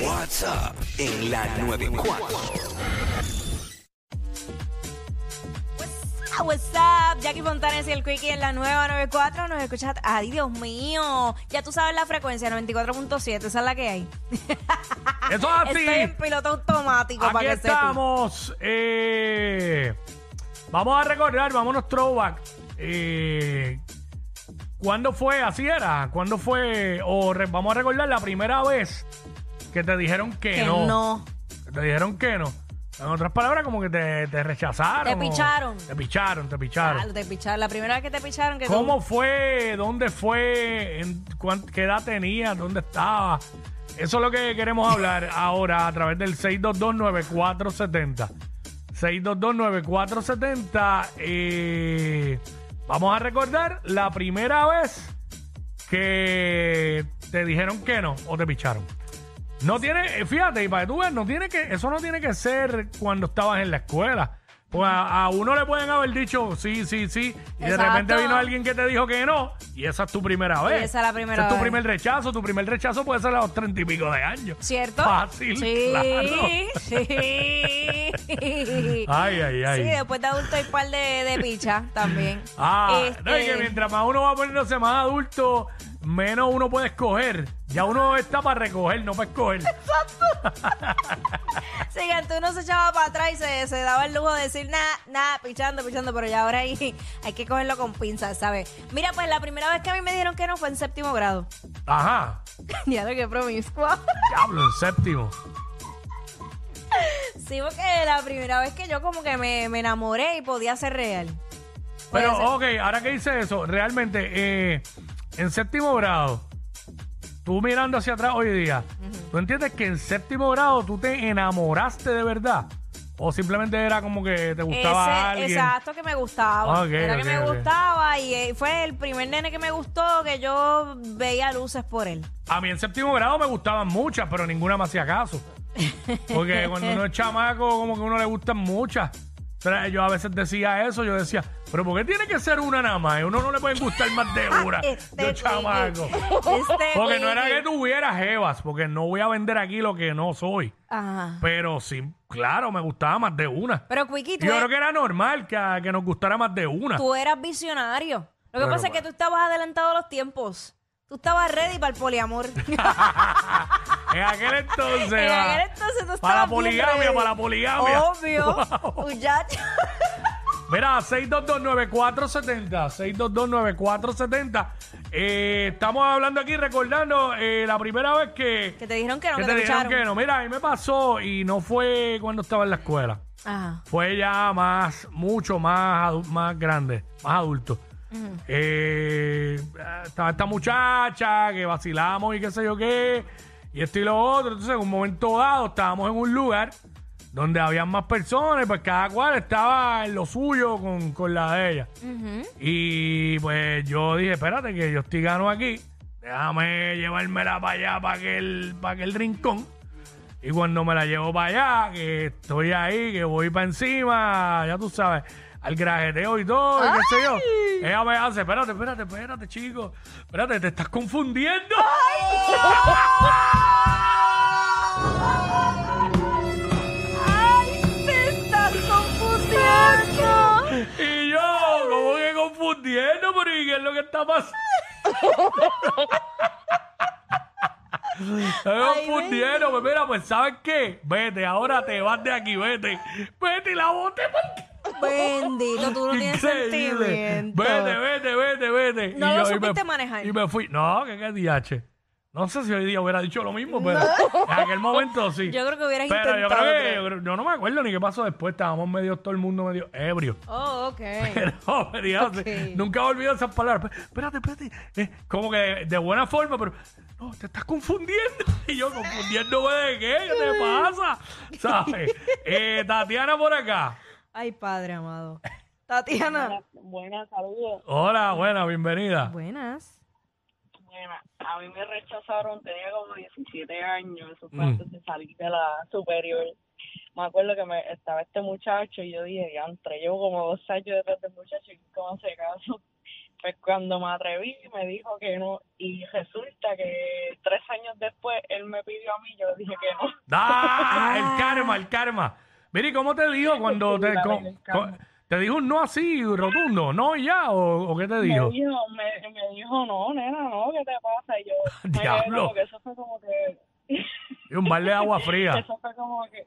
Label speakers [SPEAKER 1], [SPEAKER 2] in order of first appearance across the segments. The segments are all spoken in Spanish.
[SPEAKER 1] WhatsApp en la 94.
[SPEAKER 2] Ah, What's up, Jackie Fontanes y el Quickie en la nueva 94. Nos escuchas. Ay, Dios mío. Ya tú sabes la frecuencia, 94.7. Esa es la que hay.
[SPEAKER 3] Eso es así.
[SPEAKER 2] Estoy en piloto automático
[SPEAKER 3] Aquí
[SPEAKER 2] para que sepas.
[SPEAKER 3] estamos. eh, vamos a recordar, vámonos throwback. eh, ¿Cuándo fue? Así era. ¿Cuándo fue? O re- vamos a recordar la primera vez que te dijeron que,
[SPEAKER 2] Que
[SPEAKER 3] no.
[SPEAKER 2] no.
[SPEAKER 3] Que Te dijeron que no. En otras palabras, como que te, te rechazaron.
[SPEAKER 2] Te
[SPEAKER 3] o-
[SPEAKER 2] picharon.
[SPEAKER 3] Te picharon, te picharon.
[SPEAKER 2] Ah, te picharon. La primera vez que te picharon, que tú-
[SPEAKER 3] ¿Cómo fue? ¿Dónde fue? ¿En cuán- ¿Qué edad tenía? ¿Dónde estaba? Eso es lo que queremos hablar ahora a través del 6229470. 6229470. Eh, vamos a recordar la primera vez que te dijeron que no o te picharon. No tiene, eh, fíjate, y para que tú veas, no tiene que, eso no tiene que ser cuando estabas en la escuela. Pues a, a uno le pueden haber dicho sí, sí, sí, y de
[SPEAKER 2] Exacto.
[SPEAKER 3] repente vino alguien que te dijo que no, y esa es tu primera vez.
[SPEAKER 2] esa es la primera
[SPEAKER 3] Ese es tu
[SPEAKER 2] vez.
[SPEAKER 3] primer rechazo, tu primer rechazo puede ser a los treinta y pico de años.
[SPEAKER 2] ¿Cierto?
[SPEAKER 3] Fácil,
[SPEAKER 2] Sí,
[SPEAKER 3] claro.
[SPEAKER 2] sí.
[SPEAKER 3] Ay, ay,
[SPEAKER 2] Sí,
[SPEAKER 3] ay.
[SPEAKER 2] después de adulto hay par de, de pichas también.
[SPEAKER 3] Ah, no, y
[SPEAKER 2] Este,
[SPEAKER 3] que mientras más uno va poniéndose más adulto, menos uno puede escoger. Ya uno está para recoger, no para escoger.
[SPEAKER 2] Sí, que antes uno se echaba para atrás y se, se daba el lujo de decir nada, nada, pichando, pichando, pero ya ahora hay, hay que cogerlo con pinzas, ¿sabes? Mira, pues la primera vez que a mí me dijeron que no fue en séptimo grado.
[SPEAKER 3] Ajá.
[SPEAKER 2] ya lo que promiscua.
[SPEAKER 3] Diablo, el séptimo.
[SPEAKER 2] sí, porque la primera vez que yo como que me, me enamoré y podía ser real.
[SPEAKER 3] Pero, oh,
[SPEAKER 2] Puede ser.
[SPEAKER 3] ok, ahora que dice eso, realmente, eh, en séptimo grado, tú mirando hacia atrás hoy día, ¿tú entiendes que en séptimo grado tú te enamoraste de verdad? ¿O simplemente era como que te gustaba
[SPEAKER 2] Ese-
[SPEAKER 3] alguien?
[SPEAKER 2] Exacto, que me gustaba.
[SPEAKER 3] Ok,
[SPEAKER 2] Era
[SPEAKER 3] ok,
[SPEAKER 2] que me
[SPEAKER 3] ok.
[SPEAKER 2] gustaba y eh, fue el primer nene que me gustó que yo veía luces por él.
[SPEAKER 3] A mí en séptimo grado me gustaban muchas, pero ninguna me hacía caso. Porque cuando uno es chamaco, como que a uno le gustan muchas. Pero yo a veces decía eso, yo decía, pero ¿por qué tiene que ser una nada más? A uno no le pueden gustar más de una.
[SPEAKER 2] Este
[SPEAKER 3] yo
[SPEAKER 2] Quickie.
[SPEAKER 3] chamaco.
[SPEAKER 2] Este
[SPEAKER 3] Porque no era que
[SPEAKER 2] Quickie.
[SPEAKER 3] tuviera jevas, porque no voy a vender aquí lo que no soy.
[SPEAKER 2] Ajá.
[SPEAKER 3] Pero sí, claro, me gustaba más de una.
[SPEAKER 2] Pero Quickie, tú,
[SPEAKER 3] Yo
[SPEAKER 2] eres-
[SPEAKER 3] creo que era normal que, que nos gustara más de una.
[SPEAKER 2] tú eras visionario. Lo que
[SPEAKER 3] Bueno,
[SPEAKER 2] pasa es que tú estabas adelantado a los tiempos. Tú estabas ready para el poliamor.
[SPEAKER 3] En aquel entonces.
[SPEAKER 2] En
[SPEAKER 3] va.
[SPEAKER 2] aquel entonces tú
[SPEAKER 3] Para la
[SPEAKER 2] estabas bien
[SPEAKER 3] poligamia,
[SPEAKER 2] ready. Oh.
[SPEAKER 3] para la poligamia.
[SPEAKER 2] Obvio. Muchacho.
[SPEAKER 3] Mira, 6229470, 6229470. Eh, estamos hablando aquí, recordando eh, la primera vez que,
[SPEAKER 2] Que te dijeron que no,
[SPEAKER 3] que
[SPEAKER 2] que
[SPEAKER 3] te
[SPEAKER 2] te
[SPEAKER 3] dijeron
[SPEAKER 2] echaron.
[SPEAKER 3] que no. Mira, a mí me pasó y no fue cuando estaba en la escuela.
[SPEAKER 2] Ajá.
[SPEAKER 3] Fue ya más, mucho más, adu- más grande, más adulto. Eh, estaba esta muchacha que vacilamos y qué sé yo qué, y esto y lo otro. Entonces, en un momento dado, estábamos en un lugar donde habían más personas, pues cada cual estaba en lo suyo con, con la de ella. Y pues yo dije, espérate que yo estoy gano aquí, déjame llevármela para allá, para aquel, para aquel rincón. Y cuando me la llevo para allá, que estoy ahí, que voy para encima, ya tú sabes, al grajeteo y todo, y qué sé yo. Ella me hace, espérate, espérate, espérate, chico. Espérate, te estás confundiendo.
[SPEAKER 2] ¡Ay! ¡Te estás confundiendo!
[SPEAKER 3] Y yo, ¿cómo que confundiendo? Pero ¿y qué es lo que está pasando? Me
[SPEAKER 2] Ay,
[SPEAKER 3] confundieron, pues mira, pues ¿sabes qué? Vete, ahora te vas de aquí, vete. Vete y la bote
[SPEAKER 2] Bendito, tú no tienes
[SPEAKER 3] Increíble.
[SPEAKER 2] sentimiento.
[SPEAKER 3] Vete, vete, vete, vete.
[SPEAKER 2] No
[SPEAKER 3] Y
[SPEAKER 2] lo
[SPEAKER 3] y
[SPEAKER 2] supiste
[SPEAKER 3] me,
[SPEAKER 2] manejar.
[SPEAKER 3] Y me fui. No, que qué DH. No sé si hoy día hubiera dicho lo mismo, pero en aquel momento sí.
[SPEAKER 2] Yo creo que hubieras
[SPEAKER 3] pero yo
[SPEAKER 2] intentado,
[SPEAKER 3] creo que,
[SPEAKER 2] creo.
[SPEAKER 3] yo, creo- yo no me acuerdo ni qué pasó después. Estábamos medio, todo el mundo medio ebrio.
[SPEAKER 2] Oh, ok.
[SPEAKER 3] Pero, pero ya,
[SPEAKER 2] Ok.
[SPEAKER 3] sí, nunca olvido esas palabras. Pe- Espérate, espérate. Eh, como que de, de buena forma, pero no, te estás confundiendo. Y yo, confundiéndome de qué, ¿qué te pasa? ¿Sabes? Eh, Tatiana por acá.
[SPEAKER 2] Ay, padre amado. Tatiana.
[SPEAKER 4] Buenas, saludos.
[SPEAKER 3] Hola, buena, bienvenida.
[SPEAKER 2] Buenas.
[SPEAKER 4] Buenas. A mí me rechazaron, tenía como 17 años, eso fue
[SPEAKER 3] Mm.
[SPEAKER 4] antes de salir de la superior. Me acuerdo que me, estaba este muchacho y yo dije, ya entre, llevo como dos años detrás del muchacho y cómo se caso. Pues cuando me atreví, me dijo que no. Y resulta que tres años después él me pidió a mí, yo dije que no.
[SPEAKER 3] ¡Ah! El karma, el karma. Mira, ¿y cómo te dijo cuando te,
[SPEAKER 4] la
[SPEAKER 3] co-
[SPEAKER 4] ley del
[SPEAKER 3] co-
[SPEAKER 4] karma.
[SPEAKER 3] te dijo un no así, rotundo? ¿No y ya? ¿O, o qué te
[SPEAKER 4] Me
[SPEAKER 3] dijo?
[SPEAKER 4] dijo, me, me dijo, no, nena, no, ¿qué te pasa? Y yo, me quedé
[SPEAKER 3] Diablo.
[SPEAKER 4] como que eso fue como que.
[SPEAKER 3] Y un balde de agua fría.
[SPEAKER 4] Eso fue como que,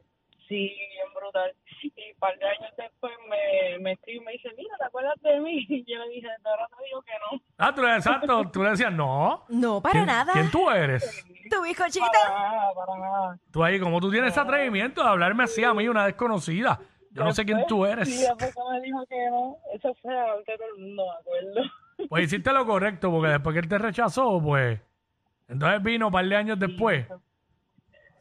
[SPEAKER 4] sí, bien brutal. Y un par de años después me, me escribe y me dice, mira, ¿te acuerdas de mí? Y yo le dije, no, ahora te digo que no.
[SPEAKER 3] Ah, tú le, exacto, tú le decías, no.
[SPEAKER 2] No, para
[SPEAKER 3] ¿Quién-
[SPEAKER 2] nada.
[SPEAKER 3] ¿Quién tú eres?
[SPEAKER 2] Tu bizcochito.
[SPEAKER 4] Para nada, para nada.
[SPEAKER 3] Tú ahí, como tú tienes ese atrevimiento de hablarme así a mí, una desconocida. Yo no sé quién tú
[SPEAKER 4] Pues, Sí,
[SPEAKER 3] eres.
[SPEAKER 4] después que me dijo que no, eso fue delante de todo el mundo, me acuerdo.
[SPEAKER 3] Pues hiciste lo correcto, porque después que él te rechazó, pues. Entonces vino un par de años después.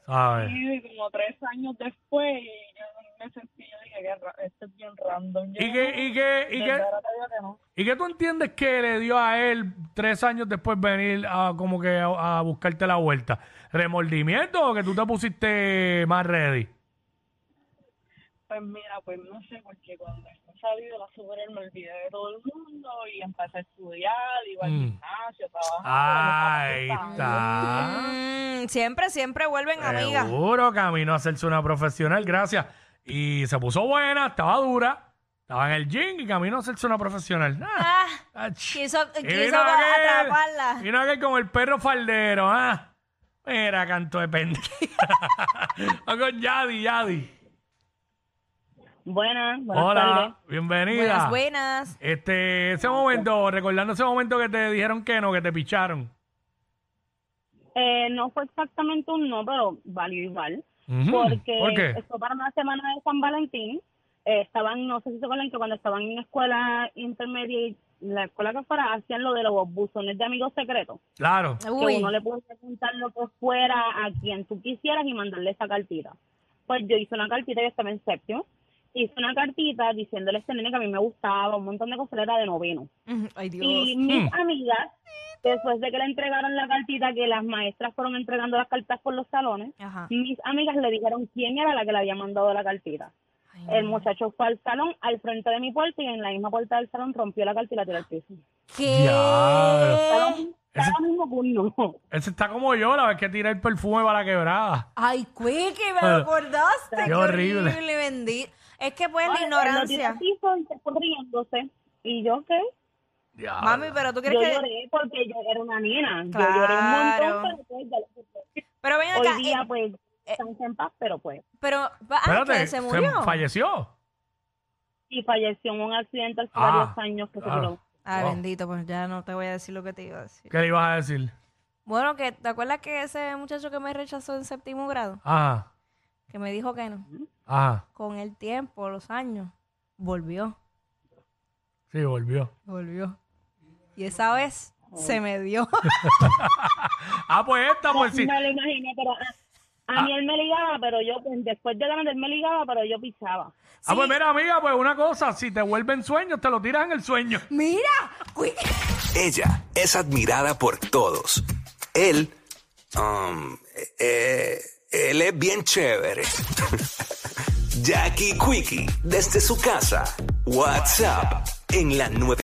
[SPEAKER 3] ¿Sabes?
[SPEAKER 4] Y como tres años después, y yo me sentí, yo dije, que ra- esto es bien random. Yo,
[SPEAKER 3] ¿Y qué, y qué, y
[SPEAKER 4] desde
[SPEAKER 3] qué,
[SPEAKER 4] ahora te digo que no.
[SPEAKER 3] y qué tú entiendes que le dio a él tres años después venir a, como que a, a buscarte la vuelta? ¿Remordimiento o que tú te pusiste más ready?
[SPEAKER 4] Pues mira, pues no sé, porque cuando salí de la superior me olvidé de todo el mundo y empecé a estudiar, iba al
[SPEAKER 3] Mm.
[SPEAKER 4] gimnasio, trabajaba.
[SPEAKER 3] Ahí
[SPEAKER 4] me estaba
[SPEAKER 3] está. Ah.
[SPEAKER 2] Mm, siempre, siempre
[SPEAKER 3] Eh,
[SPEAKER 2] vuelven, amigas.
[SPEAKER 3] Seguro camino a hacerse una profesional, gracias. Y se puso buena, estaba dura, estaba en el gym y camino a hacerse una profesional. Ah,
[SPEAKER 2] Ah,
[SPEAKER 3] ach.
[SPEAKER 2] quiso,
[SPEAKER 3] Y
[SPEAKER 2] quiso
[SPEAKER 3] aquel-
[SPEAKER 2] atraparla.
[SPEAKER 3] Vino aquel con el perro faldero, ah. Mira, canto de pendeja. Ah, con Yadi, Yadi.
[SPEAKER 4] Buenas, buenas
[SPEAKER 3] Hola,
[SPEAKER 4] tardes.
[SPEAKER 3] bienvenida.
[SPEAKER 2] Buenas, buenas.
[SPEAKER 3] Este, ese momento, recordando ese momento que te dijeron que no, que te picharon.
[SPEAKER 4] Eh, no fue exactamente un no, pero valió igual.
[SPEAKER 3] Ujú.
[SPEAKER 4] porque
[SPEAKER 3] Mm. ¿Por qué?
[SPEAKER 4] esto para una semana de San Valentín, eh, estaban, no sé si se acuerdan que cuando estaban en la escuela intermedia, la escuela que fuera, hacían lo de los buzones de amigos secretos,
[SPEAKER 3] Claro.
[SPEAKER 2] Uy.
[SPEAKER 4] que uno le puede preguntar lo que fuera a quien tú quisieras y mandarle esa cartita. Pues yo hice una cartita, yo estaba en séptimo, hice una cartita diciéndole a este nene que a mí me gustaba, un montón de cosas, era de noveno.
[SPEAKER 2] Mm, Ay, Dios.
[SPEAKER 4] Y mis
[SPEAKER 3] Mm.
[SPEAKER 4] amigas, después de que le entregaron la cartita, que las maestras fueron entregando las cartas por los salones,
[SPEAKER 2] Ajá.
[SPEAKER 4] mis amigas le dijeron quién era la que le había mandado la cartita.
[SPEAKER 2] Ay,
[SPEAKER 4] El
[SPEAKER 2] no.
[SPEAKER 4] muchacho fue al salón, al frente de mi puerta, y en la misma puerta del salón rompió la carta y la tiró al piso.
[SPEAKER 2] ¿Qué?
[SPEAKER 3] Diablo. Ese-
[SPEAKER 4] Cada mismo turno.
[SPEAKER 3] Ese está como yo, la vez que tiré el perfume para la quebrada.
[SPEAKER 2] Ay, que me
[SPEAKER 3] Ah,
[SPEAKER 2] acordaste.
[SPEAKER 3] qué
[SPEAKER 2] Qué
[SPEAKER 3] horrible.
[SPEAKER 2] horrible. bendi- Es que pues la
[SPEAKER 4] Lo tiró al
[SPEAKER 2] ignorancia.
[SPEAKER 4] piso y se fue riéndose. Y yo, ¿qué?
[SPEAKER 3] Diablo.
[SPEAKER 2] Mami, pero tú
[SPEAKER 4] Yo
[SPEAKER 2] quieres que...
[SPEAKER 4] lloré porque yo era una nena. Yo lloré un
[SPEAKER 2] Claro.
[SPEAKER 4] montón, pero pues, ya lo superé.
[SPEAKER 2] Pero ven acá.
[SPEAKER 4] Hoy día,
[SPEAKER 2] eh,
[SPEAKER 4] pues, están en paz, pero pues.
[SPEAKER 2] pero, ah,
[SPEAKER 3] Espérate,
[SPEAKER 2] que se murió.
[SPEAKER 3] falleció.
[SPEAKER 4] Y falleció en un accidente hace
[SPEAKER 3] Ah,
[SPEAKER 4] varios años que se
[SPEAKER 3] claro.
[SPEAKER 4] duró.
[SPEAKER 2] Ay,
[SPEAKER 3] Wow.
[SPEAKER 2] bendito, pues ya no te voy a decir lo que te iba a decir.
[SPEAKER 3] ¿Qué le ibas a decir?
[SPEAKER 2] Bueno, que ¿te acuerdas que ese muchacho que me rechazó en séptimo grado?
[SPEAKER 3] Ajá,
[SPEAKER 2] Que me dijo que no.
[SPEAKER 3] ajá.
[SPEAKER 2] Con el tiempo, los años, volvió.
[SPEAKER 3] Sí, volvió.
[SPEAKER 2] Volvió. Y esa vez se me dio.
[SPEAKER 3] Ah, pues esta, pues sí. Ah.
[SPEAKER 4] Me lo imaginé, pero a, a mí él me ligaba, pero yo, pues, después de ganar, él me ligaba, pero yo pisaba.
[SPEAKER 3] Ah, pues mira, amiga, pues una cosa, si te vuelven sueños, te lo tiras en el sueño.
[SPEAKER 2] Mira, Quickie.
[SPEAKER 1] Ella es admirada por todos. Él, um, eh, él es bien chévere. Jackie Quickie, desde su casa. WhatsApp en la 9.